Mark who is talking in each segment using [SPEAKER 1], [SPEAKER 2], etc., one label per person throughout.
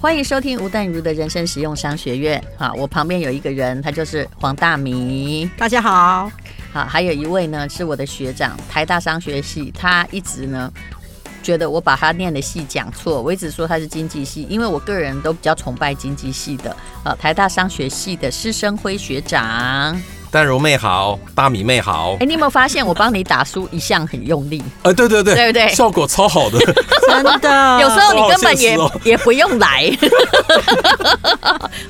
[SPEAKER 1] 欢迎收听吴淡如的人生实用商学院。好，我旁边有一个人，他就是黄大米。
[SPEAKER 2] 大家好，
[SPEAKER 1] 好，还有一位呢是我的学长，台大商学系，他一直呢觉得我把他念的系讲错，我一直说他是经济系，因为我个人都比较崇拜经济系的。呃，台大商学系的师生辉学长，
[SPEAKER 3] 淡如妹好，大米妹好
[SPEAKER 1] 哎、，你有没有发现我帮你打书一向很用力？
[SPEAKER 3] 呃，对对对，
[SPEAKER 1] 对不对
[SPEAKER 3] 效果 超好的，
[SPEAKER 2] 真的
[SPEAKER 1] 有时候你根本也、
[SPEAKER 3] 啊好现实哦
[SPEAKER 1] 也 不用来。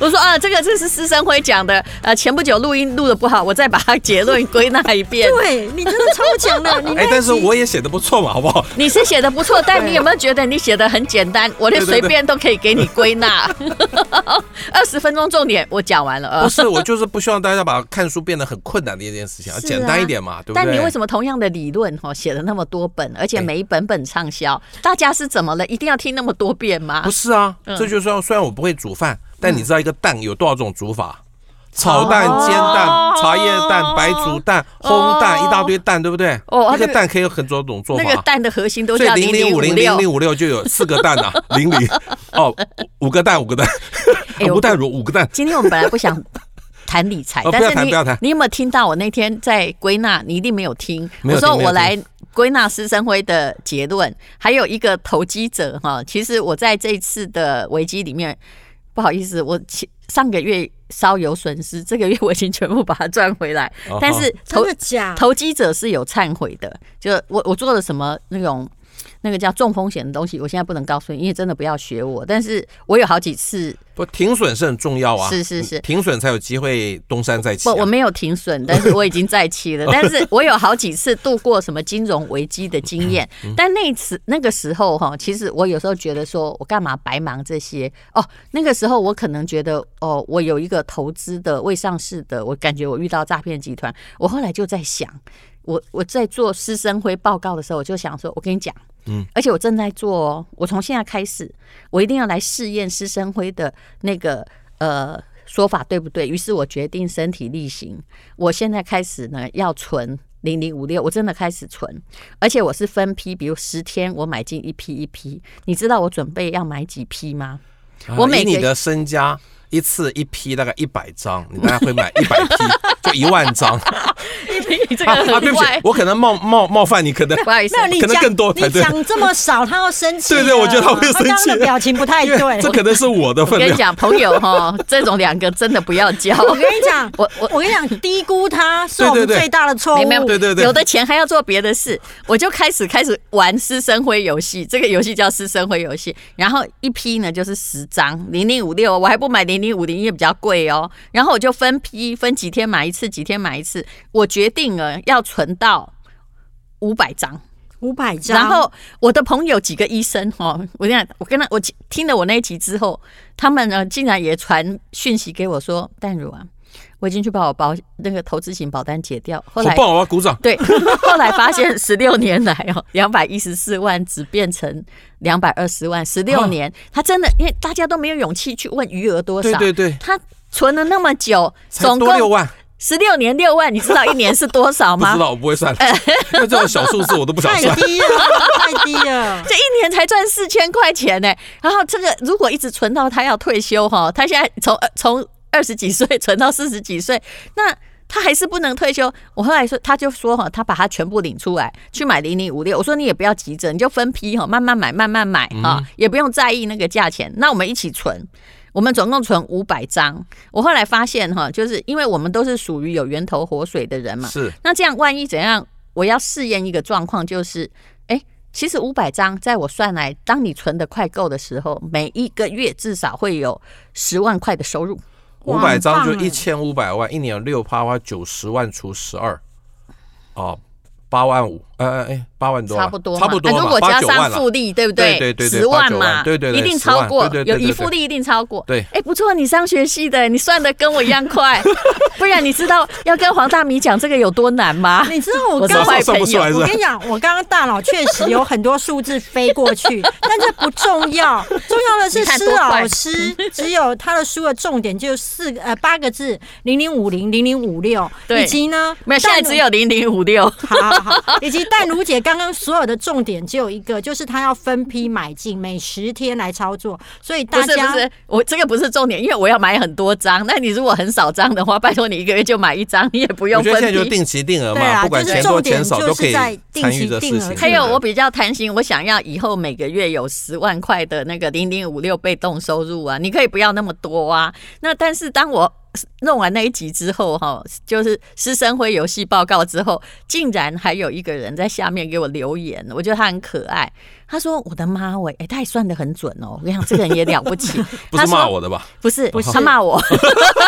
[SPEAKER 1] 我说啊，这个这是师生辉讲的，呃，前不久录音录的不好，我再把它结论归纳一 遍。
[SPEAKER 2] 对你真的超强 的，你那
[SPEAKER 3] 哎
[SPEAKER 2] 一，
[SPEAKER 3] 但是
[SPEAKER 2] 集
[SPEAKER 3] 我也写的不错嘛，好不好？
[SPEAKER 1] 你是写的不错，但你有没有觉得你写的很简单？我连
[SPEAKER 3] 对对
[SPEAKER 1] 随
[SPEAKER 3] 对
[SPEAKER 1] 便都可以给你归纳。 二十分钟重点我讲完了啊
[SPEAKER 3] 不。是，我就是不希望大家把看书变得很困难的一件事情，
[SPEAKER 1] 是啊
[SPEAKER 3] 简单一点嘛，对不对？
[SPEAKER 1] 但你为什么同样的理论哦写了那么多本，而且
[SPEAKER 3] 哎
[SPEAKER 1] 每一本本畅销，大家是怎么了？一定要听那么多遍吗
[SPEAKER 3] 不？是啊，
[SPEAKER 1] 嗯
[SPEAKER 3] 这就是说，虽然我不会煮饭，但你知道一个蛋有多少种煮
[SPEAKER 1] 嗯
[SPEAKER 3] 法？炒蛋、煎蛋、茶叶蛋、白煮蛋、烘蛋，
[SPEAKER 1] 哦
[SPEAKER 3] 一大堆蛋，对不对？
[SPEAKER 1] 哦啊
[SPEAKER 3] 一个
[SPEAKER 1] 那个
[SPEAKER 3] 蛋可以有很多种做
[SPEAKER 1] 那个
[SPEAKER 3] 法。
[SPEAKER 1] 蛋的核心都
[SPEAKER 3] 所以
[SPEAKER 1] 叫
[SPEAKER 3] 零
[SPEAKER 1] 零
[SPEAKER 3] 零
[SPEAKER 1] 零
[SPEAKER 3] 五
[SPEAKER 1] 五
[SPEAKER 3] 零零
[SPEAKER 1] 六。
[SPEAKER 3] 零五六就有四个蛋啊，零零哦，五五个蛋，五个蛋，
[SPEAKER 1] 哎 我
[SPEAKER 3] 吴淡如五个蛋，
[SPEAKER 1] 今天我们本来不 想谈理财，
[SPEAKER 3] 哦
[SPEAKER 1] 但
[SPEAKER 3] 不要
[SPEAKER 1] 是
[SPEAKER 3] 谈
[SPEAKER 1] 你
[SPEAKER 3] 不要谈
[SPEAKER 1] 你有没有听到我那天在归纳？你一定没有听。
[SPEAKER 3] 没有
[SPEAKER 1] 我
[SPEAKER 3] 听
[SPEAKER 1] 说
[SPEAKER 3] 没有
[SPEAKER 1] 我来归纳施生辉的结论，还有一个投机者哈。其实我在这一次的危机里面，不好意思，我其上个月稍有损失，这个月我已经全部把它赚回来
[SPEAKER 3] 哦哈，
[SPEAKER 1] 但是投
[SPEAKER 2] 真的假？
[SPEAKER 1] 投机者是有忏悔的，就我我做了什么那种那个叫重风险的东西，我现在不能告诉你，因为真的不要学我。但是我有好几次
[SPEAKER 3] 不，停损是很重要啊，
[SPEAKER 1] 是是是
[SPEAKER 3] 停损才有机会东山再起、
[SPEAKER 1] 不，
[SPEAKER 3] 啊。
[SPEAKER 1] 我没有停损，但是我已经在期了。但是我有好几次度过什么金融危机的经验，但那一次那个时候哈，其实我有时候觉得说我干嘛白忙这些哦。那个时候我可能觉得哦，我有一个投资的未上市的，我感觉我遇到诈骗集团。我后来就在想，我我在做师生会报告的时候，我就想说，我跟你讲。
[SPEAKER 3] 嗯
[SPEAKER 1] 嗯，而且我正在做哦，我从现在开始，我一定要来试验师生辉的那个呃说法对不对？于是我决定身体力行，我现在开始呢要存零零五六，我真的开始存，而且我是分批，比如十天我买进一批一批。你知道我准备要买几批吗？
[SPEAKER 3] 啊
[SPEAKER 1] 我每
[SPEAKER 3] 以你
[SPEAKER 1] 个
[SPEAKER 3] 的身家一次一批大概一百张，你大概会买一百批，就一万 张。啊，
[SPEAKER 1] 你 这
[SPEAKER 3] 啊对不起，我可能冒冒冒犯你，可能
[SPEAKER 1] 不好意思
[SPEAKER 2] 没，有你
[SPEAKER 3] 可能
[SPEAKER 2] 讲
[SPEAKER 3] 更多才
[SPEAKER 2] 你
[SPEAKER 3] 对
[SPEAKER 2] 讲这么少，他要生气了。
[SPEAKER 3] 对对我觉得他会生气
[SPEAKER 2] 刚刚的表情不太
[SPEAKER 3] 因为
[SPEAKER 2] 对。
[SPEAKER 3] 这可能是我的
[SPEAKER 1] 我
[SPEAKER 3] 分
[SPEAKER 1] 跟你
[SPEAKER 3] 量。
[SPEAKER 1] 讲，朋友哈，这种两个真的不要交。
[SPEAKER 2] 我跟你讲，
[SPEAKER 1] 我我
[SPEAKER 2] 我跟你讲，低估他是我
[SPEAKER 3] 对
[SPEAKER 2] 们
[SPEAKER 3] 对对
[SPEAKER 2] 最大的错误。
[SPEAKER 1] 没没有，
[SPEAKER 3] 对对对
[SPEAKER 1] 有的钱还要做别的事，我就开始开始玩师生辉游戏，这个游戏叫师生辉游戏。然后一批呢就是十张零零五六，我还不买零零五零，因为比较贵哦。然后我就分批分几天买一次，几天买一次。我决定了要存到五百张。
[SPEAKER 2] 五百张，
[SPEAKER 1] 然后我的朋友几个医生哦，我跟你讲，我跟他我听了我那一集之后，他们呢竟然也传讯息给我说，淡如啊，我已经去把我保那个投资型保单解掉，后
[SPEAKER 3] 好
[SPEAKER 1] 来
[SPEAKER 3] 棒，我要鼓掌。
[SPEAKER 1] 对， 后来发现十六年来哦，两百一十四万只变成两百二十万，十
[SPEAKER 3] 哦
[SPEAKER 1] 六年，他真的因为大家都没有勇气去问余额多
[SPEAKER 3] 对
[SPEAKER 1] 少，
[SPEAKER 3] 对对，
[SPEAKER 1] 他存了那么久，
[SPEAKER 3] 才
[SPEAKER 1] 总
[SPEAKER 3] 多六
[SPEAKER 1] 共
[SPEAKER 3] 万，
[SPEAKER 1] 十六年六万，你知道一年是多少
[SPEAKER 3] 不
[SPEAKER 1] 吗
[SPEAKER 3] 知？道我不会 算，因为这种小数字我都不想
[SPEAKER 2] 太
[SPEAKER 3] 算。
[SPEAKER 2] 低了，太低了。
[SPEAKER 1] 这一年才赚四千块钱呢、然后这个如果一直存到他要退休哈，他现在从呃从二十几岁存到四十几岁，那他还是不能退休。我后来说，他就说哈，他把他全部领出来去买零零五六。我说你也不要急着，你就分批哈，慢慢买，慢慢买哈，也不用在意那个价钱。那我们一起存。我们总共存五百张，我后来发现哈，就是因为我们都是属于有源头活水的人嘛，
[SPEAKER 3] 是，
[SPEAKER 1] 那这样万一怎样？我要试验一个状况，就是，哎、其实五百张，在我算来，当你存的快够的时候，每一个月至少会有十万块的收入。
[SPEAKER 3] 五
[SPEAKER 2] 哇
[SPEAKER 3] 百张
[SPEAKER 1] 欸
[SPEAKER 3] 就
[SPEAKER 2] 很棒哎
[SPEAKER 3] 一千五百万，一年有六趴的话，九十万除十二，哦，八万五，呃，哎，八万多吧，
[SPEAKER 1] 差不多嘛，
[SPEAKER 3] 差不多
[SPEAKER 1] 啊
[SPEAKER 3] 吧，
[SPEAKER 1] 如果
[SPEAKER 3] 八
[SPEAKER 1] 加
[SPEAKER 3] 九万
[SPEAKER 1] 上
[SPEAKER 3] 了。
[SPEAKER 1] 复利，对不
[SPEAKER 3] 对对对对
[SPEAKER 1] 十万
[SPEAKER 3] 八九
[SPEAKER 1] 嘛，
[SPEAKER 3] 万对对对
[SPEAKER 1] 一定
[SPEAKER 3] 十万
[SPEAKER 1] 超过，
[SPEAKER 3] 对对对
[SPEAKER 1] 有
[SPEAKER 3] 对
[SPEAKER 1] 以
[SPEAKER 3] 对
[SPEAKER 1] 复利一定超过。
[SPEAKER 3] 对
[SPEAKER 1] 哎，不错，你上学系的，你算的跟我一样快， 不然你知道要跟黄大米讲这个有多难吗？
[SPEAKER 2] 欸你知道我
[SPEAKER 1] 我
[SPEAKER 2] 刚
[SPEAKER 1] 是
[SPEAKER 2] 刚
[SPEAKER 1] 坏
[SPEAKER 3] 算
[SPEAKER 1] 朋
[SPEAKER 3] 不出
[SPEAKER 1] 友
[SPEAKER 3] 来，是
[SPEAKER 2] 我
[SPEAKER 3] 吧
[SPEAKER 2] 跟你讲，我刚刚大脑确实有很多数字飞过去，但这不重要，重要的是
[SPEAKER 1] 你看
[SPEAKER 2] 施
[SPEAKER 1] 多快
[SPEAKER 2] 老师只有他的书的重点就四个呃八个字零零五零零零五六，
[SPEAKER 1] 对
[SPEAKER 2] 以及呢，
[SPEAKER 1] 没有，现在只有零零五六。
[SPEAKER 2] 好好好，以及但如姐刚刚所有的重点只有一个，就是她要分批买进，每十天来操作，所以
[SPEAKER 1] 不
[SPEAKER 2] 大
[SPEAKER 1] 是不
[SPEAKER 2] 家
[SPEAKER 1] 是，我这个不是重点，因为我要买很多张。那你如果很少张的话，拜托你一个月就买一张，你也不
[SPEAKER 3] 我
[SPEAKER 1] 用
[SPEAKER 3] 觉得
[SPEAKER 1] 分
[SPEAKER 3] 现在就
[SPEAKER 1] 批。
[SPEAKER 3] 定期定额
[SPEAKER 2] 对啊
[SPEAKER 3] 嘛，不管
[SPEAKER 2] 就是
[SPEAKER 3] 钱多
[SPEAKER 2] 重点
[SPEAKER 3] 钱少
[SPEAKER 2] 就是
[SPEAKER 3] 都可以
[SPEAKER 2] 在定
[SPEAKER 3] 参
[SPEAKER 2] 期
[SPEAKER 3] 与的
[SPEAKER 2] 定
[SPEAKER 3] 事
[SPEAKER 2] 额
[SPEAKER 3] 情。
[SPEAKER 1] 还有，我
[SPEAKER 3] 对
[SPEAKER 1] 比较贪心，我想要以后每个月有十万块的那个零零五六被动收入啊，你可以不要那么多啊。那但是当我弄完那一集之后，哈，就是师生会游戏报告之后，竟然还有一个人在下面给我留言，我觉得他很可爱。他说：“我的妈喂，哎、他也算得很准哦。”我想这个人也了不 起，
[SPEAKER 3] 不是
[SPEAKER 1] 他说
[SPEAKER 3] 骂我的吧？
[SPEAKER 1] 不是，
[SPEAKER 2] 不是
[SPEAKER 1] 他骂我，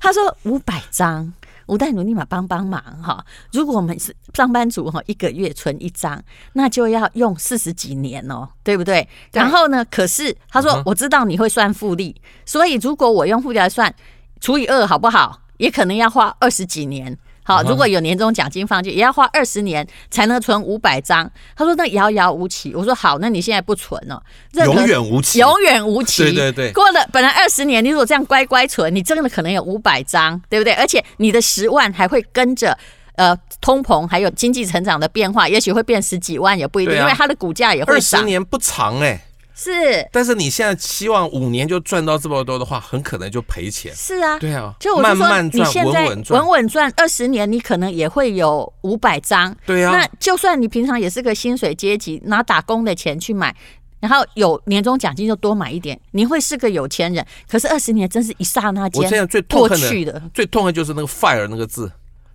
[SPEAKER 1] 他说五百张。吴淡如立马帮帮忙哈！如果我们是上班族哈，一个月存一张，那就要用四十几年哦，对不对？
[SPEAKER 2] 对
[SPEAKER 1] 然后呢，可是他
[SPEAKER 3] 嗯
[SPEAKER 1] 说
[SPEAKER 3] 哼
[SPEAKER 1] 我知道你会算复利，所以如果我用复利来算，除以二好不好？也可能要花二十几年。好，
[SPEAKER 3] 嗯哼
[SPEAKER 1] 如果有年终奖金放进，也要花二十年才能存五百张。他说那遥遥无期。我说好，那你现在不存了，任何
[SPEAKER 3] 永远无期。
[SPEAKER 1] 永远无期。
[SPEAKER 3] 对对对
[SPEAKER 1] 过了本来二十年，你如果这样乖乖存，你真的可能有五百张，对不对？而且你的十万还会跟着。呃，通膨还有经济成长的变化，也许会变十几万，也不一定，
[SPEAKER 3] 对啊
[SPEAKER 1] 因为它的股价也会
[SPEAKER 3] 二十
[SPEAKER 1] 涨。
[SPEAKER 3] 年不长哎，
[SPEAKER 1] 是
[SPEAKER 3] 但是你现在期望五年就赚到这么多的话，很可能就赔钱。
[SPEAKER 1] 是啊，
[SPEAKER 3] 对啊，
[SPEAKER 1] 就我就
[SPEAKER 3] 慢
[SPEAKER 1] 说，
[SPEAKER 3] 慢
[SPEAKER 1] 你
[SPEAKER 3] 赚，
[SPEAKER 1] 现在
[SPEAKER 3] 稳稳赚，
[SPEAKER 1] 赚二十年，你可能也会有五百张。
[SPEAKER 3] 对啊
[SPEAKER 1] 那，就算你平常也是个薪水阶级，拿打工的钱去买，然后有年终奖金就多买一点，你会是个有钱人。可是二十年真是一刹那
[SPEAKER 3] 我现在
[SPEAKER 1] 间
[SPEAKER 3] 最痛
[SPEAKER 1] 过
[SPEAKER 3] 恨
[SPEAKER 1] 去
[SPEAKER 3] 的，
[SPEAKER 1] 的。
[SPEAKER 3] 最痛恨就是那个 “fire” 那个字，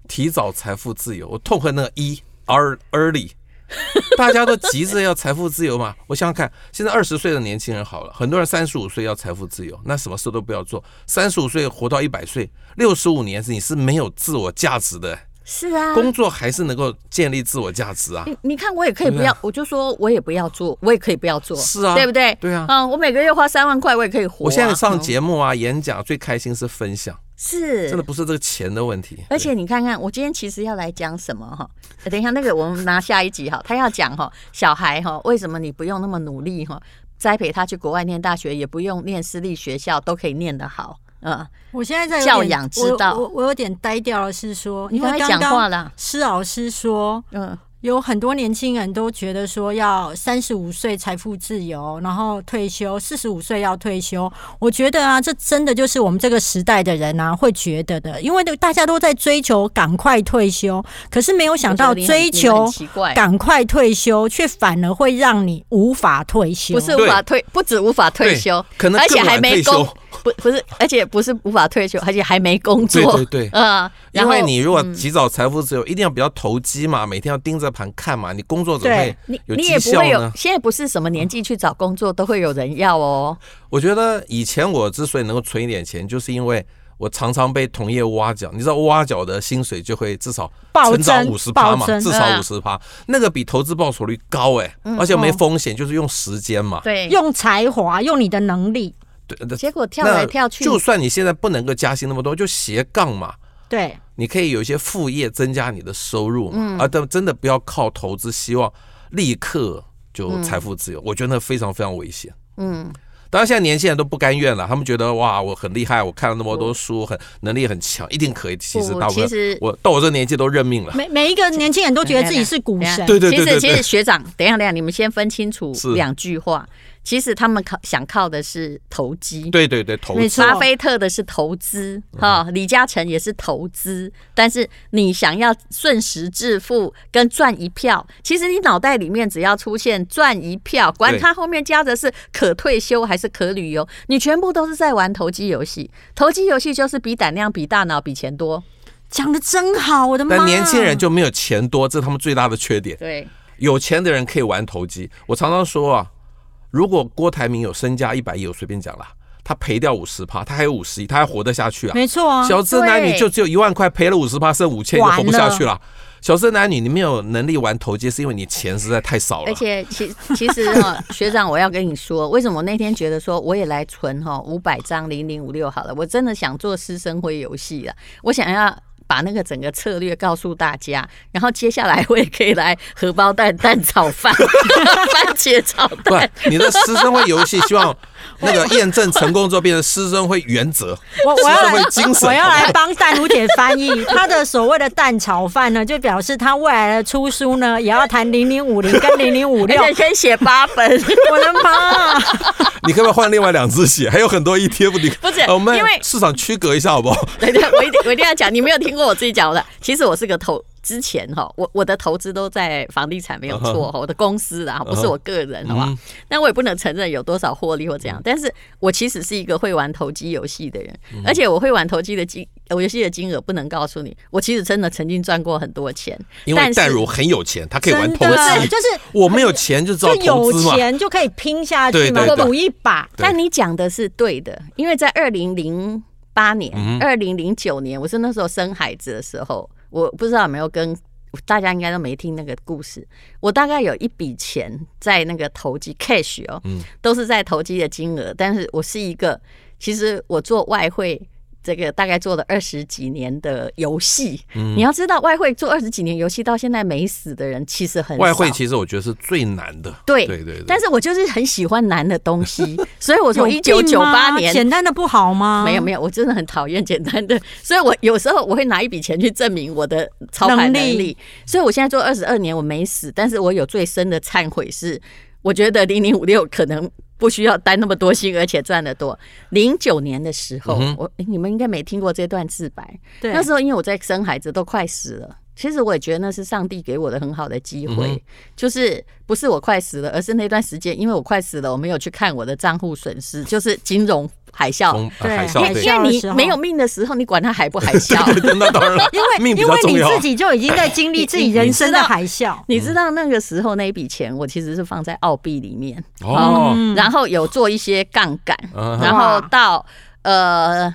[SPEAKER 3] 提早财富自由。我痛恨那个 “e r early”，大家都急着要财富自由嘛。我想想看，现在二十岁的年轻人好了，很多人三十五岁要财富自由，那什么事都不要做，三十五岁活到一百岁，六十五年你是没有自我价值的，
[SPEAKER 1] 是啊，
[SPEAKER 3] 工作还是能够建立自我价值啊。
[SPEAKER 1] 你你看，我也可以不要，我就说我也不要做，我也可以不要做，
[SPEAKER 3] 是啊
[SPEAKER 1] 对不对？
[SPEAKER 3] 对啊
[SPEAKER 1] 嗯，我每个月花三万块，我也可以活啊、
[SPEAKER 3] 我现在上
[SPEAKER 1] 嗯
[SPEAKER 3] 节目啊、演讲最开心是分享，
[SPEAKER 1] 是
[SPEAKER 3] 真的不是这个钱的问题。
[SPEAKER 1] 而且你看看，我今天其实要来讲什么哈？呃等一下，那个我们拿下一集哈，他要讲哈，小孩哈，为什么你不用那么努力哈？栽培他去国外念大学，也不用念私立学校，都可以念得好。嗯，
[SPEAKER 2] 我现在在有
[SPEAKER 1] 教
[SPEAKER 2] 点
[SPEAKER 1] 养之道
[SPEAKER 2] 我我我有点呆掉了，是说，
[SPEAKER 1] 你
[SPEAKER 2] 因为
[SPEAKER 1] 刚才
[SPEAKER 2] 刚
[SPEAKER 1] 讲
[SPEAKER 2] 刚
[SPEAKER 1] 话啦，
[SPEAKER 2] 施老师说，
[SPEAKER 1] 嗯，
[SPEAKER 2] 有很多年轻人都觉得说要三十五岁财富自由，然后退休，四十五岁要退休。我觉得啊，这真的就是我们这个时代的人啊会觉得的，因为大家都在追求赶快退休，可是没有想到
[SPEAKER 1] 我觉得你很你
[SPEAKER 2] 追
[SPEAKER 1] 很
[SPEAKER 2] 求
[SPEAKER 1] 奇怪，
[SPEAKER 2] 赶快退休，却反而会让你无法退休。
[SPEAKER 1] 不是无法退，不止无法退
[SPEAKER 3] 对
[SPEAKER 1] 休，
[SPEAKER 3] 可能
[SPEAKER 1] 而且
[SPEAKER 3] 更晚
[SPEAKER 1] 还没
[SPEAKER 3] 退休
[SPEAKER 1] 工，不不是，而且不是无法退休，而且还没工作。
[SPEAKER 3] 对对对
[SPEAKER 1] 嗯，然
[SPEAKER 3] 因
[SPEAKER 1] 后
[SPEAKER 3] 为你如果及早财富自由，一定要比较投机嘛，每天要盯着盘看嘛，你工作怎么
[SPEAKER 2] 对
[SPEAKER 3] 会
[SPEAKER 1] 你
[SPEAKER 3] 有
[SPEAKER 1] 你
[SPEAKER 3] 绩
[SPEAKER 1] 也不
[SPEAKER 3] 效
[SPEAKER 1] 会有
[SPEAKER 3] 呢，？
[SPEAKER 1] 现在不是什么年纪去找工作都会有人要哦。
[SPEAKER 3] 我觉得以前我之所以能够存一点钱，就是因为我常常被同业挖角，你知道挖角的薪水就会至少
[SPEAKER 2] 暴
[SPEAKER 3] 成长
[SPEAKER 2] 增
[SPEAKER 3] 五十趴
[SPEAKER 2] 暴
[SPEAKER 3] 嘛，
[SPEAKER 2] 增
[SPEAKER 3] 至
[SPEAKER 1] 嗯
[SPEAKER 3] 少五十趴，那个比投资报酬率高哎，而且没风险，就是用时间嘛。
[SPEAKER 1] 对
[SPEAKER 2] 用才华，用你的能力，
[SPEAKER 3] 对，那
[SPEAKER 1] 结果跳来跳去，
[SPEAKER 3] 就算你现在不能够加薪那么多，就斜杠嘛。
[SPEAKER 2] 对。
[SPEAKER 3] 你可以有一些副业增加你的收入嘛，
[SPEAKER 1] 嗯
[SPEAKER 3] 啊，但真的不要靠投资，希望立刻就财富自由，我觉得那非常非常危险。
[SPEAKER 1] 嗯，
[SPEAKER 3] 当然，现在年轻人都不甘愿了，他们觉得哇，我很厉害，我看了那么多书，很能力很强，一定可以。其实
[SPEAKER 1] 不
[SPEAKER 3] 大部
[SPEAKER 1] 其实
[SPEAKER 3] 分我到我这年纪都认命 了。
[SPEAKER 2] 每每一个年轻人都觉得自己是股神，
[SPEAKER 3] 对对对对
[SPEAKER 1] 其实其实
[SPEAKER 3] 对，
[SPEAKER 1] 学长， 等一下等一下，你们先分清楚
[SPEAKER 3] 是
[SPEAKER 1] 两句话。其实他们靠想靠的是投机，
[SPEAKER 3] 对对对，投
[SPEAKER 2] 没
[SPEAKER 3] 资
[SPEAKER 2] 错
[SPEAKER 1] 巴菲特的是投资，哈、李嘉诚也是投资，但是你想要瞬时致富跟赚一票，其实你脑袋里面只要出现赚一票，管
[SPEAKER 3] 对
[SPEAKER 1] 它后面加的是可退休还是可旅游，你全部都是在玩投机游戏。投机游戏就是比胆量、比大脑、比钱多。
[SPEAKER 2] 讲的真好，我的妈！
[SPEAKER 3] 但年轻人就没有钱多，这是他们最大的缺点。
[SPEAKER 1] 对，
[SPEAKER 3] 有钱的人可以玩投机。我常常说啊，如果郭台铭有身家一百亿，我随便讲啦，他赔掉五十趴，他还有五十亿，他还活得下去啊。
[SPEAKER 2] 没错啊，
[SPEAKER 3] 小资男女
[SPEAKER 1] 对
[SPEAKER 3] 就只有一万块，赔了五十趴，剩五千，你就活不下去了。小资男女，你没有能力玩投机，是因为你钱实在太少了。
[SPEAKER 1] 而且其其实哈、学长，我要跟你说，为什么我那天觉得说我也来存哈五百张零零五六好了，我真的想做师生会游戏了，我想要把那个整个策略告诉大家，然后接下来我也可以来荷包蛋蛋炒饭、番茄炒
[SPEAKER 3] 不
[SPEAKER 1] 蛋。，
[SPEAKER 3] 你的师生会游戏希望那个验证成功之后变成师生会原则，
[SPEAKER 2] 我我要
[SPEAKER 3] 社会
[SPEAKER 2] 来
[SPEAKER 3] 精神
[SPEAKER 2] 我要来帮淡如姐翻译 她的所谓的蛋炒饭呢，就表示她未来的出书呢，也要谈零零五零跟零零五
[SPEAKER 1] 而
[SPEAKER 2] 六。
[SPEAKER 1] 且可以写八分，
[SPEAKER 2] 我的妈！
[SPEAKER 3] 你可不可以换另外两只鞋？还有很多 ETF，你
[SPEAKER 1] 不是
[SPEAKER 3] 呃我们
[SPEAKER 1] 因为
[SPEAKER 3] 市场区隔一下好不好？
[SPEAKER 1] 对对，我一定我一定要讲，你没有听过我自己讲的。其实我是个投之前哈，我我的投资都在房地产没有错哈，我的公司啦，不是我个人，好啊吧？
[SPEAKER 3] 嗯
[SPEAKER 1] 那我也不能承认有多少获利或怎样，但是我其实是一个会玩投机游戏的人，
[SPEAKER 3] 嗯
[SPEAKER 1] 而且我会玩投机的金，我游戏的金额不能告诉你，我其实真的曾经赚过很多钱，
[SPEAKER 3] 因
[SPEAKER 1] 但
[SPEAKER 3] 为
[SPEAKER 1] 是
[SPEAKER 3] 淡如很有钱，他可以玩
[SPEAKER 2] 真
[SPEAKER 3] 投
[SPEAKER 2] 的
[SPEAKER 3] 资，
[SPEAKER 2] 就是
[SPEAKER 3] 我没有钱就知道
[SPEAKER 2] 就
[SPEAKER 3] 投
[SPEAKER 2] 有
[SPEAKER 3] 资嘛。
[SPEAKER 2] 钱就可以拼下去嘛
[SPEAKER 3] 对对，对
[SPEAKER 2] 赌一把。
[SPEAKER 3] 对
[SPEAKER 1] 但你讲的是对的，因为在二零零八年、
[SPEAKER 3] 嗯
[SPEAKER 1] 二零零九年，我是那时候生孩子的时候，我不知道有没有跟大家应该都没听那个故事。我大概有一笔钱在那个投机 cash 哦，
[SPEAKER 3] 嗯
[SPEAKER 1] 都是在投机的金额，但是我是一个，其实我做外汇。这个大概做了二十几年的游戏，
[SPEAKER 3] 嗯
[SPEAKER 1] 你要知道，外汇做二十几年游戏到现在没死的人其实很少。
[SPEAKER 3] 外汇其实我觉得是最难的，
[SPEAKER 1] 对
[SPEAKER 3] 对对对。
[SPEAKER 1] 但是我就是很喜欢难的东西，所以我从一
[SPEAKER 2] 有
[SPEAKER 1] 九九
[SPEAKER 2] 病
[SPEAKER 1] 八
[SPEAKER 2] 吗
[SPEAKER 1] 年
[SPEAKER 2] 简单的不好吗？
[SPEAKER 1] 没有没有，我真的很讨厌简单的，所以我有时候我会拿一笔钱去证明我的操盘能力。
[SPEAKER 2] 能
[SPEAKER 1] 所以我现在做二十二年，我没死，但是我有最深的忏悔是，我觉得零零五六可能不需要担那么多心，而且赚得多。零九年的时候，
[SPEAKER 3] 嗯哼
[SPEAKER 1] 我诶你们应该没听过这段自白，
[SPEAKER 2] 对，
[SPEAKER 1] 那时候因为我在生孩子都快死了，其实我也觉得那是上帝给我的很好的机会，
[SPEAKER 3] 嗯哼
[SPEAKER 1] 就是不是我快死了，而是那段时间因为我快死了，我没有去看我的账户损失，就是金融海啸。
[SPEAKER 3] 从啊
[SPEAKER 2] 对
[SPEAKER 3] 海
[SPEAKER 1] 因
[SPEAKER 3] 啸
[SPEAKER 1] 为
[SPEAKER 2] 对
[SPEAKER 3] 对，
[SPEAKER 1] 因为
[SPEAKER 2] 海啸的时
[SPEAKER 1] 你
[SPEAKER 2] 候
[SPEAKER 1] 没有命的时候，你管它海不海 啸？。
[SPEAKER 3] 那当然了，
[SPEAKER 2] 因为
[SPEAKER 3] 命比
[SPEAKER 2] 因
[SPEAKER 3] 较
[SPEAKER 2] 为
[SPEAKER 3] 重
[SPEAKER 2] 你
[SPEAKER 3] 要
[SPEAKER 2] 自。己就已经在经历自己人生的海啸
[SPEAKER 1] 你知道那个时候那一笔钱，我其实是放在澳币里面，
[SPEAKER 3] 哦，
[SPEAKER 2] 嗯
[SPEAKER 1] 然后有做一些杠杆，
[SPEAKER 3] 嗯
[SPEAKER 1] 然后
[SPEAKER 2] 哇
[SPEAKER 1] 到呃，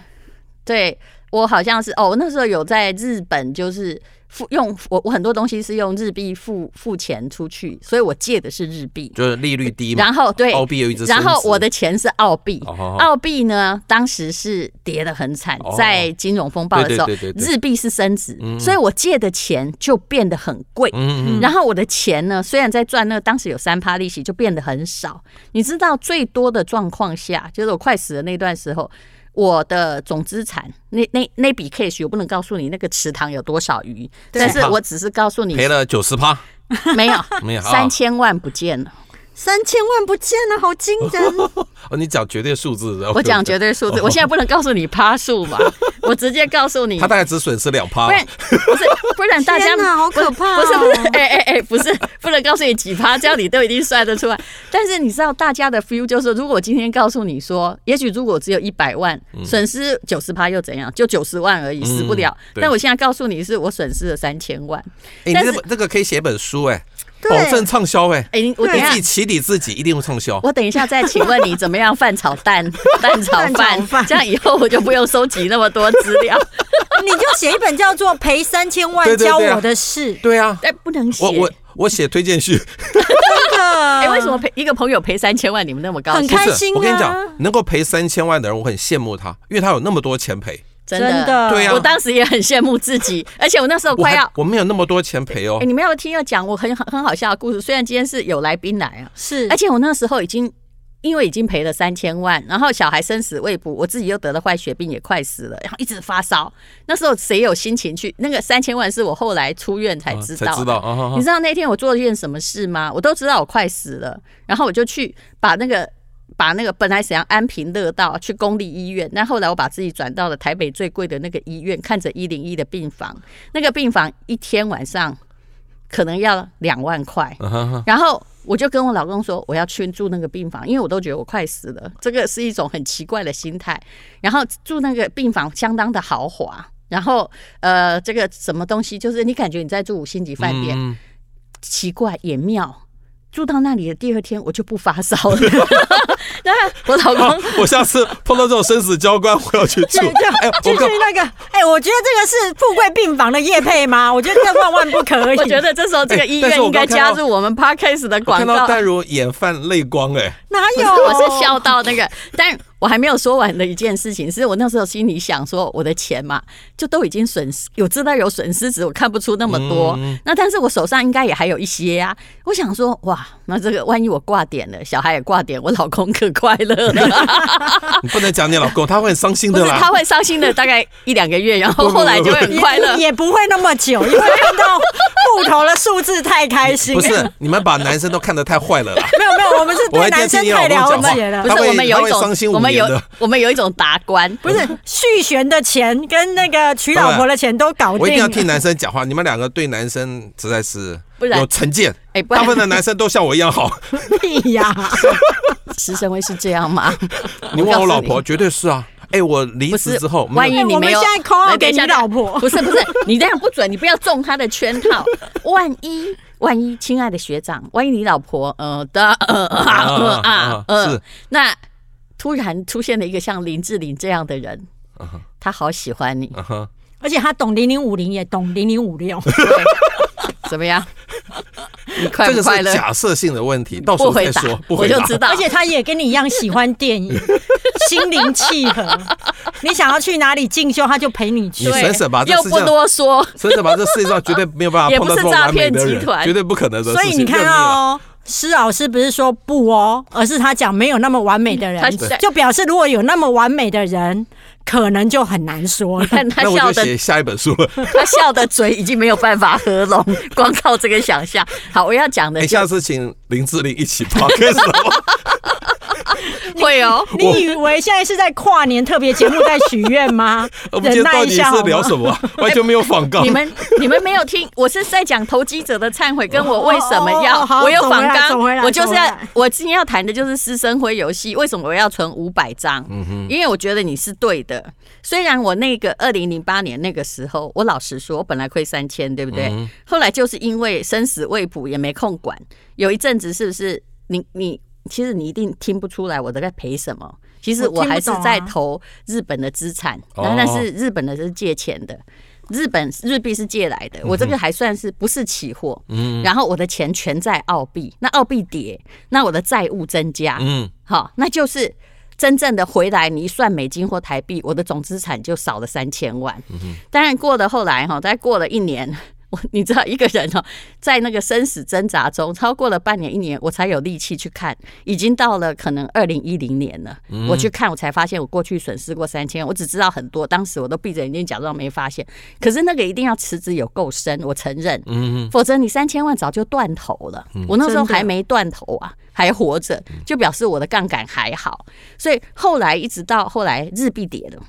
[SPEAKER 1] 对我好像是哦，我那时候有在日本，就是付用我我很多东西是用日币付付钱出去，所以我借的是日币。
[SPEAKER 3] 就是利率低嘛。
[SPEAKER 1] 然后对，
[SPEAKER 3] 澳币有一直升值，
[SPEAKER 1] 然后我的钱是澳币，
[SPEAKER 3] 哦
[SPEAKER 1] 澳币呢当时是跌得很惨
[SPEAKER 3] 哦，
[SPEAKER 1] 在金融风暴的时候
[SPEAKER 3] 对对对，对对
[SPEAKER 1] 日币是升值
[SPEAKER 3] 嗯，
[SPEAKER 1] 所以我借的钱就变得很贵。
[SPEAKER 3] 嗯嗯
[SPEAKER 1] 然后我的钱呢，虽然在赚那个当时有三趴利息，就变得很少。你知道最多的状况下，就是我快死的那段时候，我的总资产那那那笔 cash，我不能告诉你那个池塘有多少鱼，但是我只是告诉
[SPEAKER 3] 嗯，
[SPEAKER 1] 你
[SPEAKER 3] 赔了九十趴，
[SPEAKER 1] 没有
[SPEAKER 3] 没有啊
[SPEAKER 1] 三千万不见了。
[SPEAKER 2] 三千万不见了，好惊人！
[SPEAKER 3] 哦，你讲绝对数字，然后
[SPEAKER 1] 我讲绝对数
[SPEAKER 3] 哦
[SPEAKER 1] 字，我现在不能告诉你趴数 嘛，我直接告诉你
[SPEAKER 3] 他。大概只损失两趴哦
[SPEAKER 1] 不，然不是不然大家
[SPEAKER 2] 天哪好可怕 哦
[SPEAKER 1] 不是不是不是哎哎哎不是不能告诉你几趴，这样你都一定算得出 来。但是你知道大家的 feel 就是说，如果我今天告诉你说，也许如果只有一百万，
[SPEAKER 3] 嗯
[SPEAKER 1] 损失九十趴又怎样？就九十万而已，死不了。
[SPEAKER 3] 对
[SPEAKER 1] 但我现在告诉你，是我损失了三千万。
[SPEAKER 3] 哎，你
[SPEAKER 1] 但是
[SPEAKER 3] 这本这个可以写本书哎，
[SPEAKER 2] 对
[SPEAKER 3] 保证畅销哎，
[SPEAKER 1] 哎，你我等
[SPEAKER 3] 你
[SPEAKER 1] 一
[SPEAKER 3] 自
[SPEAKER 1] 下
[SPEAKER 3] 己。起底自己一定会畅销。
[SPEAKER 1] 我等一下再请问你怎么样饭炒 蛋，蛋炒
[SPEAKER 2] 蛋炒
[SPEAKER 1] 饭，
[SPEAKER 2] 饭
[SPEAKER 1] 这样以后我就不用收集那么多资 料。
[SPEAKER 2] 你就写一本叫做《赔三千
[SPEAKER 3] 对
[SPEAKER 2] 万
[SPEAKER 3] 对
[SPEAKER 2] 教
[SPEAKER 3] 对啊
[SPEAKER 2] 我的事》
[SPEAKER 3] 对啊，
[SPEAKER 1] 哎，不能写。
[SPEAKER 3] 我我我写推荐序，
[SPEAKER 2] 真的。
[SPEAKER 1] 哎、为什么赔一个朋友赔三千万，你们那么高
[SPEAKER 2] 很
[SPEAKER 1] 兴？
[SPEAKER 3] 不
[SPEAKER 2] 开
[SPEAKER 3] 是
[SPEAKER 2] 心，啊
[SPEAKER 3] 我跟你讲，能够赔三千万的人，我很羡慕他，因为他有那么多钱赔，
[SPEAKER 1] 真
[SPEAKER 2] 真的
[SPEAKER 3] 对啊
[SPEAKER 1] 我当时也很羡慕自己，而且我那时候
[SPEAKER 3] 我
[SPEAKER 1] 快
[SPEAKER 3] 还
[SPEAKER 1] 要。
[SPEAKER 3] 我没有那么多钱赔哦
[SPEAKER 1] 哎、，你们要不要听要讲我很很好笑的故事？虽然今天是有来宾来啊，
[SPEAKER 2] 是
[SPEAKER 1] 而且我那时候已经因为已经赔了三千万，然后小孩生死未卜，我自己又得了坏血病，也快死了，然后一直发烧。那时候谁有心情去？那个三千万是我后来出院才
[SPEAKER 3] 啊
[SPEAKER 1] 知道的、
[SPEAKER 3] 才知道啊啊，啊
[SPEAKER 1] 你知道那天我做了一件什么事吗？我都知道我快死了，然后我就去把那个把那个本来想安平乐道去公立医院，那后来我把自己转到了台北最贵的那个医院，看着一零一的病房，那个病房一天晚上可能要两万块，
[SPEAKER 3] 啊哈哈
[SPEAKER 1] 然后我就跟我老公说，我要去住那个病房，因为我都觉得我快死了，这个是一种很奇怪的心态。然后住那个病房相当的豪华，然后呃，这个什么东西，就是你感觉你在住五星级饭店，
[SPEAKER 3] 嗯
[SPEAKER 1] 奇怪也妙。住到那里的第二天，我就不发烧 了。那我老
[SPEAKER 3] 啊
[SPEAKER 1] 公，
[SPEAKER 3] 我下次碰到这种生死交关，我要去 住
[SPEAKER 2] 对，就。
[SPEAKER 3] 哎，
[SPEAKER 2] 就
[SPEAKER 3] 我
[SPEAKER 2] 是
[SPEAKER 3] 跟
[SPEAKER 2] 那个，哎、我觉得这个是富贵病房的业配吗？我觉得这万万不可 以。
[SPEAKER 1] 我觉得这时候这个
[SPEAKER 3] 哎
[SPEAKER 1] 医
[SPEAKER 3] 但是
[SPEAKER 1] 院
[SPEAKER 3] 我
[SPEAKER 1] 应该
[SPEAKER 3] 刚看
[SPEAKER 1] 加
[SPEAKER 3] 到
[SPEAKER 1] 入我们 podcast 的
[SPEAKER 3] 我
[SPEAKER 1] 广
[SPEAKER 3] 看
[SPEAKER 1] 告
[SPEAKER 3] 到。淡如眼泛泪光哎，
[SPEAKER 2] 哪
[SPEAKER 1] 不
[SPEAKER 2] 有？
[SPEAKER 1] 是我是笑到那个，但我还没有说完的一件事情，是我那时候心里想说，我的钱嘛，就都已经损失，有知道有损失值，我看不出那么多。那但是我手上应该也还有一些啊。我想说，哇，那这个万一我挂点了，小孩也挂点，我老公可快 乐了。
[SPEAKER 3] 你不能讲你老公，他会很伤心
[SPEAKER 1] 不
[SPEAKER 3] 的
[SPEAKER 1] 是，他
[SPEAKER 3] 啦。
[SPEAKER 1] 会伤心的，大概一两个月，然 后后来就会很快乐。
[SPEAKER 2] 也不会那么久，因为看到木头的数字太开心。
[SPEAKER 3] 不是，你们把男生都看得太 坏了啦。
[SPEAKER 2] 没有没有，我们是
[SPEAKER 3] 我
[SPEAKER 2] 对
[SPEAKER 3] 还
[SPEAKER 2] 男
[SPEAKER 3] 惦
[SPEAKER 2] 生
[SPEAKER 3] 记你老
[SPEAKER 2] 太
[SPEAKER 3] 公
[SPEAKER 2] 了
[SPEAKER 3] 讲话
[SPEAKER 2] 解了
[SPEAKER 1] 不。
[SPEAKER 3] 他
[SPEAKER 1] 是
[SPEAKER 3] 会
[SPEAKER 1] 我们有一
[SPEAKER 3] 他会伤心
[SPEAKER 1] 种，
[SPEAKER 3] 五
[SPEAKER 1] 我们有
[SPEAKER 3] 年的
[SPEAKER 1] 我们有一种达观，
[SPEAKER 2] 不是续弦的钱跟那个娶老婆的钱都搞
[SPEAKER 3] 我一定要
[SPEAKER 2] 定
[SPEAKER 3] 替
[SPEAKER 2] 了，
[SPEAKER 3] 男生讲话，你们两个对男生实在是
[SPEAKER 1] 不然
[SPEAKER 3] 有成见。
[SPEAKER 1] 哎不
[SPEAKER 3] 大
[SPEAKER 1] 然
[SPEAKER 3] 部分的男生都像我一样好，
[SPEAKER 2] 屁呀！
[SPEAKER 1] 师生会是这样吗？
[SPEAKER 3] 你问
[SPEAKER 1] 告
[SPEAKER 3] 我
[SPEAKER 1] 诉
[SPEAKER 3] 老婆，绝对是啊。哎，我离
[SPEAKER 1] 不
[SPEAKER 3] 职
[SPEAKER 1] 是
[SPEAKER 3] 之后，
[SPEAKER 1] 万一你没有，
[SPEAKER 2] 哎我们现在 call out
[SPEAKER 1] 来等一下
[SPEAKER 2] 给你老婆
[SPEAKER 1] 不是不是，你这样不准，你不要中他的圈 套。万一万一，亲爱的学长，万一你老婆呃的呃呃呃啊
[SPEAKER 3] 是
[SPEAKER 1] 呃，那突然出现了一个像林志玲这样的人，他好喜欢你，
[SPEAKER 3] 嗯哼
[SPEAKER 2] 而且他懂零零五零，也懂零零五六。
[SPEAKER 1] 怎么 样？你快
[SPEAKER 3] 这
[SPEAKER 1] 不
[SPEAKER 3] 个
[SPEAKER 1] 快
[SPEAKER 3] 是
[SPEAKER 1] 乐？
[SPEAKER 3] 假设性的问题，到时
[SPEAKER 1] 不
[SPEAKER 3] 候
[SPEAKER 1] 回
[SPEAKER 3] 再
[SPEAKER 1] 答
[SPEAKER 3] 说，，不
[SPEAKER 1] 我
[SPEAKER 3] 回
[SPEAKER 1] 就
[SPEAKER 3] 答。
[SPEAKER 1] 知道。
[SPEAKER 2] 而且他也跟你一样喜欢电 影，心灵契合。你想要去哪里进修，他就陪你去
[SPEAKER 3] 你。省省吧，这
[SPEAKER 1] 又
[SPEAKER 3] 世界
[SPEAKER 1] 不
[SPEAKER 3] 上
[SPEAKER 1] 多 说，
[SPEAKER 3] 所以吧，这世界上绝对没有办
[SPEAKER 1] 也
[SPEAKER 3] 法
[SPEAKER 1] 不
[SPEAKER 3] 碰到
[SPEAKER 1] 是
[SPEAKER 3] 这么完
[SPEAKER 1] 诈
[SPEAKER 3] 美的
[SPEAKER 1] 骗集
[SPEAKER 3] 人，
[SPEAKER 1] 团
[SPEAKER 3] 绝对不可能的事情。
[SPEAKER 2] 所以你看
[SPEAKER 3] 认命啊
[SPEAKER 2] 到哦。施老师不是说不哦，而是他讲没有那么完美的人
[SPEAKER 1] 他是，
[SPEAKER 2] 就表示如果有那么完美的人，可能就很难说 了。
[SPEAKER 1] 看他
[SPEAKER 3] 那
[SPEAKER 1] 笑
[SPEAKER 3] 我就
[SPEAKER 1] 的
[SPEAKER 3] 写下一本书了。哎
[SPEAKER 1] 他笑的嘴已经没有办法合 拢，光靠这个想象。好，我要讲的
[SPEAKER 3] 哎，
[SPEAKER 1] 就
[SPEAKER 3] 下次请林志玲一起 podcast 好 不好
[SPEAKER 1] 会哦。
[SPEAKER 2] 你以为现在是在跨年特别节目在许愿吗
[SPEAKER 3] ？我们
[SPEAKER 2] 忍
[SPEAKER 3] 今天
[SPEAKER 2] 耐
[SPEAKER 3] 到
[SPEAKER 2] 一
[SPEAKER 3] 底
[SPEAKER 2] 下
[SPEAKER 3] 是
[SPEAKER 2] 好
[SPEAKER 3] 聊
[SPEAKER 2] 吗？
[SPEAKER 3] 什么啊？完全没有广告
[SPEAKER 1] 你。们你们没有听， 我是在讲投机者的忏悔，跟我为什么
[SPEAKER 2] 哦哦
[SPEAKER 1] 要
[SPEAKER 2] 哦好
[SPEAKER 1] 我有
[SPEAKER 2] 走
[SPEAKER 1] 仿
[SPEAKER 2] 回来走回
[SPEAKER 1] 纲，
[SPEAKER 2] 来
[SPEAKER 1] 我就是
[SPEAKER 2] 走回
[SPEAKER 1] 要
[SPEAKER 2] 来
[SPEAKER 1] 我今天要谈的就是师生辉游戏，为什么我要存五百张？
[SPEAKER 2] 嗯
[SPEAKER 1] 因为我觉得你是对的。虽然我那个二零零八年那个时候，我老实说，我本来亏三千，对不
[SPEAKER 2] 嗯
[SPEAKER 1] 对？后来就是因为生死未卜，也没空管。有一阵子是不是？你你其实你一定听不出来我在赔什么。其实
[SPEAKER 2] 我
[SPEAKER 1] 我
[SPEAKER 2] 听不
[SPEAKER 1] 还是
[SPEAKER 2] 懂啊
[SPEAKER 1] 在投日本的资产，
[SPEAKER 3] 哦
[SPEAKER 1] 但但是日本的是借钱的，日本日币是借来的，我这个还算是不是期货，
[SPEAKER 3] 嗯
[SPEAKER 1] 然后我的钱全在澳币，那澳币跌，那我的债务增加，
[SPEAKER 3] 嗯，
[SPEAKER 1] 好，那就是真正的回来，你一算美金或台币，我的总资产就少了三千万。当然，过了后来哈，再过了一年。我你知道一个人哦，在那个生死挣扎中，超过了半年一年，我才有力气去看，已经到了可能二零一零年了。我去看，我才发现我过去损失过三千，我只知道很多，当时我都闭着眼睛假装没发现。可是那个一定要池子有够深，我承认，否则你三千万早就断头了。我那时候
[SPEAKER 2] 真的
[SPEAKER 1] 还没断头啊，还活着，就表示我的杠杆还好。所以后来一直到后来日币跌了，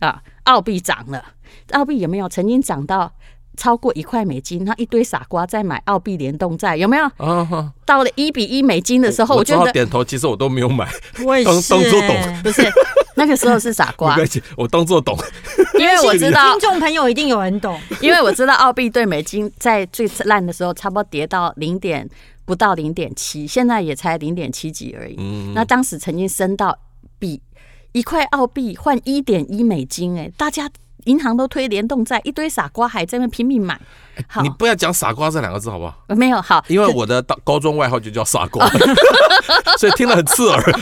[SPEAKER 1] 啊，澳币涨了，澳币有没有曾经涨到？超过一块美金，那一堆傻瓜在买澳币联动债，有没有？
[SPEAKER 3] 啊哈，
[SPEAKER 1] 到了一比一美金的时候，我
[SPEAKER 3] 我只
[SPEAKER 1] 觉
[SPEAKER 3] 好
[SPEAKER 1] 得
[SPEAKER 3] 点头，其实我都没有买，
[SPEAKER 2] 我也
[SPEAKER 3] 当
[SPEAKER 2] 是
[SPEAKER 3] 当作
[SPEAKER 2] 欸
[SPEAKER 3] 懂
[SPEAKER 1] 不是那个时候是傻
[SPEAKER 3] 没
[SPEAKER 1] 瓜
[SPEAKER 3] 关，系，我当做懂。
[SPEAKER 1] 因为我知 道
[SPEAKER 2] 听众朋友一定有人懂，
[SPEAKER 1] 因为我知道澳币对美金在最烂的时候，差不多跌到零点不到零点七，现在也才零点七几而已。
[SPEAKER 3] 嗯
[SPEAKER 1] 那当时曾经升到比一块澳币换一点一美金、哎，大家银行都推联动债，一堆傻瓜还在那拼命买。好
[SPEAKER 3] 你，不要讲傻瓜这两个字好不好？
[SPEAKER 1] 呃没有好，
[SPEAKER 3] 哎因为我的高高中外号就叫傻 瓜，所以听了很刺耳。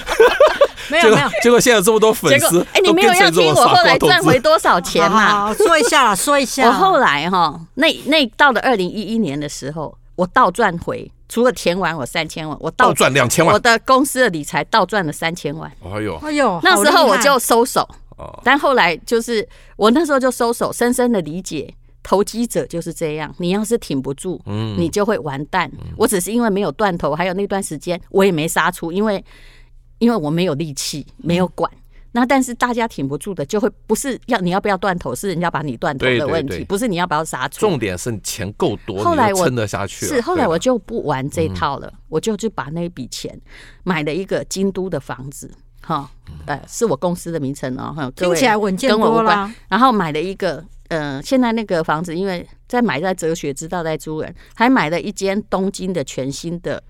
[SPEAKER 2] 没
[SPEAKER 3] 结
[SPEAKER 2] 有
[SPEAKER 3] 果
[SPEAKER 2] 没有。
[SPEAKER 3] 结果现在有这么多粉
[SPEAKER 1] 结
[SPEAKER 3] 丝
[SPEAKER 1] 果，哎、你
[SPEAKER 3] 都
[SPEAKER 1] 没有
[SPEAKER 3] 跟
[SPEAKER 1] 要
[SPEAKER 3] 随着
[SPEAKER 1] 听
[SPEAKER 3] 我
[SPEAKER 1] 我
[SPEAKER 3] 傻
[SPEAKER 1] 后来
[SPEAKER 3] 瓜投
[SPEAKER 1] 赚
[SPEAKER 3] 资
[SPEAKER 1] 回。多少钱嘛？
[SPEAKER 2] 好好好说一下啦，说一下。
[SPEAKER 1] 我后来哈，那那到了二零一一年的时候，我倒赚回，除了填完我三千万，我
[SPEAKER 3] 倒赚两千
[SPEAKER 1] 我
[SPEAKER 3] 万，
[SPEAKER 1] 的公司的理财倒赚了三千万。
[SPEAKER 3] 哎呦，
[SPEAKER 2] 哎呦，
[SPEAKER 1] 那
[SPEAKER 2] 好
[SPEAKER 1] 时候
[SPEAKER 2] 厉
[SPEAKER 1] 我
[SPEAKER 2] 害
[SPEAKER 1] 就收手
[SPEAKER 3] 哦，
[SPEAKER 1] 但后来就是我那时候就收手，深深的理解。投机者就是这样，你要是挺不住，
[SPEAKER 3] 嗯
[SPEAKER 1] 你就会完蛋。我只是因为没有断头，还有那段时间我也没杀出，因为因为我没有力气，
[SPEAKER 3] 嗯
[SPEAKER 1] 没有管。那但是大家挺不住的，就会不是要你要不要断头，是人家把你断头
[SPEAKER 3] 对
[SPEAKER 1] 的
[SPEAKER 3] 对
[SPEAKER 1] 问题，
[SPEAKER 3] 对
[SPEAKER 1] 不是你要不要杀出。
[SPEAKER 3] 重点是你钱够多，
[SPEAKER 1] 后来
[SPEAKER 3] 你就
[SPEAKER 1] 我
[SPEAKER 3] 撑得下去了。
[SPEAKER 1] 是，后来
[SPEAKER 3] 对嗯
[SPEAKER 1] 我就不玩这套了，我就去把那笔钱买了一个京都的房子，哈，
[SPEAKER 3] 嗯
[SPEAKER 1] 呃，是我公司的名称哦，哈，各
[SPEAKER 2] 听
[SPEAKER 1] 位
[SPEAKER 2] 起来稳健
[SPEAKER 1] 跟我
[SPEAKER 2] 多
[SPEAKER 1] 无关
[SPEAKER 2] 啦。
[SPEAKER 1] 然后买了一个，呃，现在那个房子，因为在买在哲学之道在租人，还买了一间东京的全新的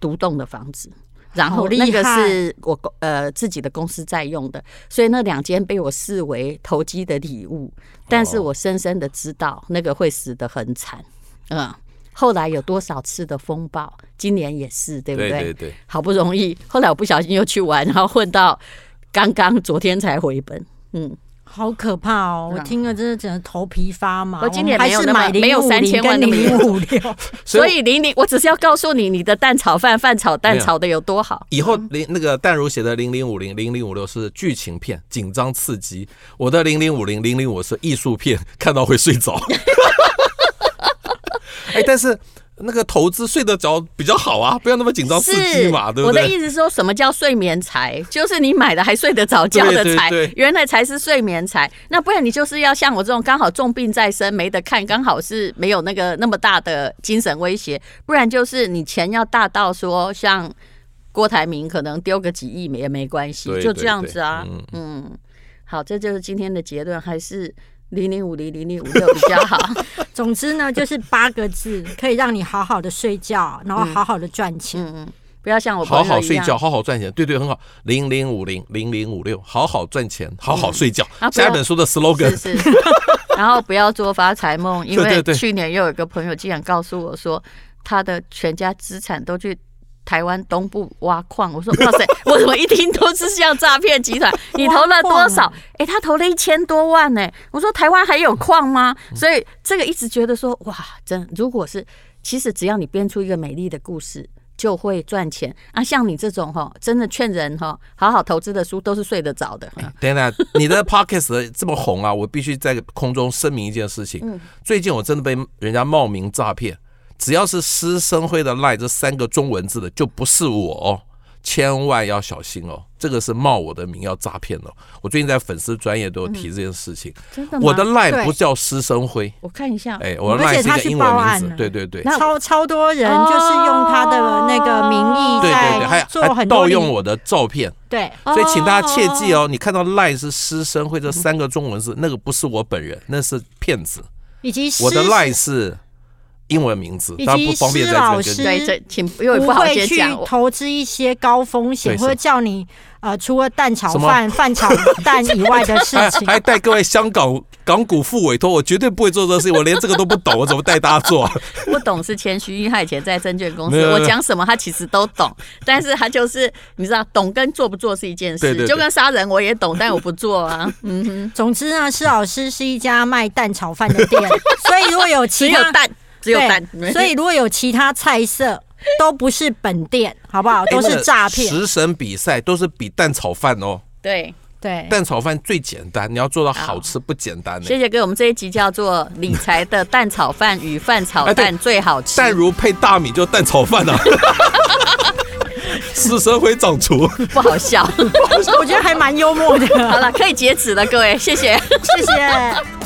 [SPEAKER 1] 独栋的房子。然
[SPEAKER 2] 好
[SPEAKER 1] 后
[SPEAKER 2] 厉
[SPEAKER 1] 那个
[SPEAKER 2] 害
[SPEAKER 1] 是我公呃自己的公司在用的，所以那两间被我视为投机的礼物，但是
[SPEAKER 3] 哦
[SPEAKER 1] 我深深的知道那个会死得很惨，嗯。后来有多少次的风暴，今年也是，对不
[SPEAKER 3] 对对对，
[SPEAKER 1] 好不容易，后来我不小心又去玩，然后混到刚刚昨天才回本。嗯，
[SPEAKER 2] 好可怕哦！我
[SPEAKER 1] 嗯
[SPEAKER 2] 听了真的整个头皮发麻。
[SPEAKER 1] 我今年
[SPEAKER 2] 们还
[SPEAKER 1] 没有
[SPEAKER 2] 是
[SPEAKER 1] 那么
[SPEAKER 2] 买
[SPEAKER 1] 没有
[SPEAKER 2] 050
[SPEAKER 1] 3000万
[SPEAKER 2] 跟
[SPEAKER 1] 那么
[SPEAKER 2] 零五六，
[SPEAKER 1] 所
[SPEAKER 3] 所以
[SPEAKER 1] 以玲玲，我只是要告诉你，你的蛋炒饭、饭炒蛋
[SPEAKER 3] 没有
[SPEAKER 1] 炒的有多好。
[SPEAKER 3] 以后零那个淡如写的零零五零零零五六是剧情片，紧张刺激；我的零零五零零零五是艺术片，看到会睡着。 哎，但是那个投资睡得着比较好啊，不要那么紧张刺激嘛，对不
[SPEAKER 1] 我的意
[SPEAKER 3] 对？
[SPEAKER 1] 思是说什么叫睡眠财？就是你买的还睡得着觉的
[SPEAKER 3] 对对
[SPEAKER 1] 财，
[SPEAKER 3] 对
[SPEAKER 1] 原来才是睡眠财。那不然你就是要像我这种刚好重病在身，没得看，刚好是没有那个那么大的精神威胁，不然就是你钱要大到说像郭台铭可能丢个几亿也没关系，
[SPEAKER 3] 对
[SPEAKER 1] 就
[SPEAKER 3] 对
[SPEAKER 1] 这样
[SPEAKER 3] 对
[SPEAKER 1] 子啊。
[SPEAKER 3] 嗯
[SPEAKER 1] 嗯，好，这就是今天的结论，还是零零五零零零五六比较 好。
[SPEAKER 2] 总之呢，就是八个字，可以让你好好的睡觉，然后好好的赚钱。
[SPEAKER 1] 嗯嗯，不要像我朋友
[SPEAKER 3] 好
[SPEAKER 1] 一样
[SPEAKER 3] 好睡觉，好好赚钱，对对，很好。零零五零零零五六，好好赚钱，好好睡觉。
[SPEAKER 1] 啊不要
[SPEAKER 3] 下一本书的 slogan
[SPEAKER 1] 是 是，然后不要做发财梦，因为
[SPEAKER 3] 对对对
[SPEAKER 1] 去年又有一个朋友竟然告诉我说，他的全家资产都去。台湾东部挖矿，我 说哇塞，我怎么一听都是像诈骗集 团？你投了多
[SPEAKER 2] 挖矿
[SPEAKER 3] 啊
[SPEAKER 1] 少？哎、他投了一千多万呢、我说台湾还有矿吗？
[SPEAKER 3] 嗯
[SPEAKER 1] 所以这个一直觉得说哇，真如果是，其实只要你编出一个美丽的故事，就会赚钱啊。像你这种哈，真的劝人哈，好好投资的书都是睡得着的。
[SPEAKER 3] 等一下， 你的 podcast 这么红啊，我必须在空中声明一件事情。
[SPEAKER 2] 嗯
[SPEAKER 3] 最近我真的被人家冒名诈骗，只要是师生会的 line 这三个中文字的，就不是我哦，千万要小心哦，这个是冒我的名要诈骗哦。我最近在粉丝专业都有提这件事
[SPEAKER 2] 嗯
[SPEAKER 3] 情，
[SPEAKER 1] 真的吗？
[SPEAKER 3] 我的 line
[SPEAKER 2] 对
[SPEAKER 3] 不叫师生辉，
[SPEAKER 1] 我看一下，
[SPEAKER 3] 哎，我的
[SPEAKER 2] 而
[SPEAKER 3] line
[SPEAKER 2] 且
[SPEAKER 3] 是
[SPEAKER 2] 他
[SPEAKER 3] 一个
[SPEAKER 2] 去
[SPEAKER 3] 英
[SPEAKER 2] 报
[SPEAKER 3] 文名
[SPEAKER 2] 案
[SPEAKER 3] 字
[SPEAKER 2] 了，
[SPEAKER 3] 对对对。
[SPEAKER 1] 那
[SPEAKER 2] 超超多人就是用他的那个名义
[SPEAKER 3] 对对对，还
[SPEAKER 2] 在做
[SPEAKER 3] 有还
[SPEAKER 2] 很多
[SPEAKER 3] 盗
[SPEAKER 2] 利
[SPEAKER 3] 用我的照片，
[SPEAKER 2] 对
[SPEAKER 3] 所以请大家切记哦。你看到 line 是师生会这
[SPEAKER 2] 嗯
[SPEAKER 3] 三个中文字，那个不是我本人，那是骗子。
[SPEAKER 2] 以及师
[SPEAKER 3] 我的 line 是英文名字，
[SPEAKER 2] 以及
[SPEAKER 3] 当然不方便在这
[SPEAKER 2] 施
[SPEAKER 3] 边
[SPEAKER 2] 老师
[SPEAKER 3] 跟。
[SPEAKER 1] 对，这请因为
[SPEAKER 2] 不
[SPEAKER 1] 不好
[SPEAKER 2] 会
[SPEAKER 1] 先
[SPEAKER 2] 去
[SPEAKER 1] 讲，我
[SPEAKER 2] 投资一些高风险，
[SPEAKER 3] 对
[SPEAKER 2] 或者
[SPEAKER 3] 是
[SPEAKER 2] 叫你呃，除了蛋炒
[SPEAKER 3] 什么
[SPEAKER 2] 饭、饭炒蛋以外的事
[SPEAKER 3] 还
[SPEAKER 2] 情，
[SPEAKER 3] 还带各位香港港股副委托，我绝对不会做这个事情，我连这个都不 懂，我怎么带大家做？
[SPEAKER 1] 不懂是谦虚，因为他以前在证券公司
[SPEAKER 3] 没有，没
[SPEAKER 1] 我
[SPEAKER 3] 有
[SPEAKER 1] 讲什么他其实都懂，但是他就是你知道，懂跟做不做是一件
[SPEAKER 3] 对
[SPEAKER 1] 事，
[SPEAKER 3] 对对
[SPEAKER 1] 就跟杀人我也懂，但我不做啊，嗯哼，
[SPEAKER 2] 总之呢，施老师是一家卖蛋炒饭的店，所以如果有
[SPEAKER 1] 只
[SPEAKER 2] 其
[SPEAKER 1] 有
[SPEAKER 2] 他
[SPEAKER 1] 蛋，只有蛋，
[SPEAKER 2] 对所以如果有其他菜色都不是本店，好不好？都
[SPEAKER 3] 哎
[SPEAKER 2] 是
[SPEAKER 3] 那
[SPEAKER 2] 诈骗。
[SPEAKER 3] 食神比赛都是比蛋炒饭哦，
[SPEAKER 1] 对，
[SPEAKER 2] 对，
[SPEAKER 3] 蛋炒饭最简单，你要
[SPEAKER 2] 啊
[SPEAKER 3] 做到好吃不简单呢
[SPEAKER 1] 谢。谢给我们这一集叫做理财的蛋炒饭与饭炒
[SPEAKER 3] 哎对
[SPEAKER 1] 蛋最好吃，
[SPEAKER 3] 蛋如配大米就蛋炒 饭啊。 师生会掌厨，
[SPEAKER 1] 不好笑，
[SPEAKER 2] 我觉得还蛮幽默的。
[SPEAKER 1] 好了，可以截止了，各位，谢谢。
[SPEAKER 2] 谢谢。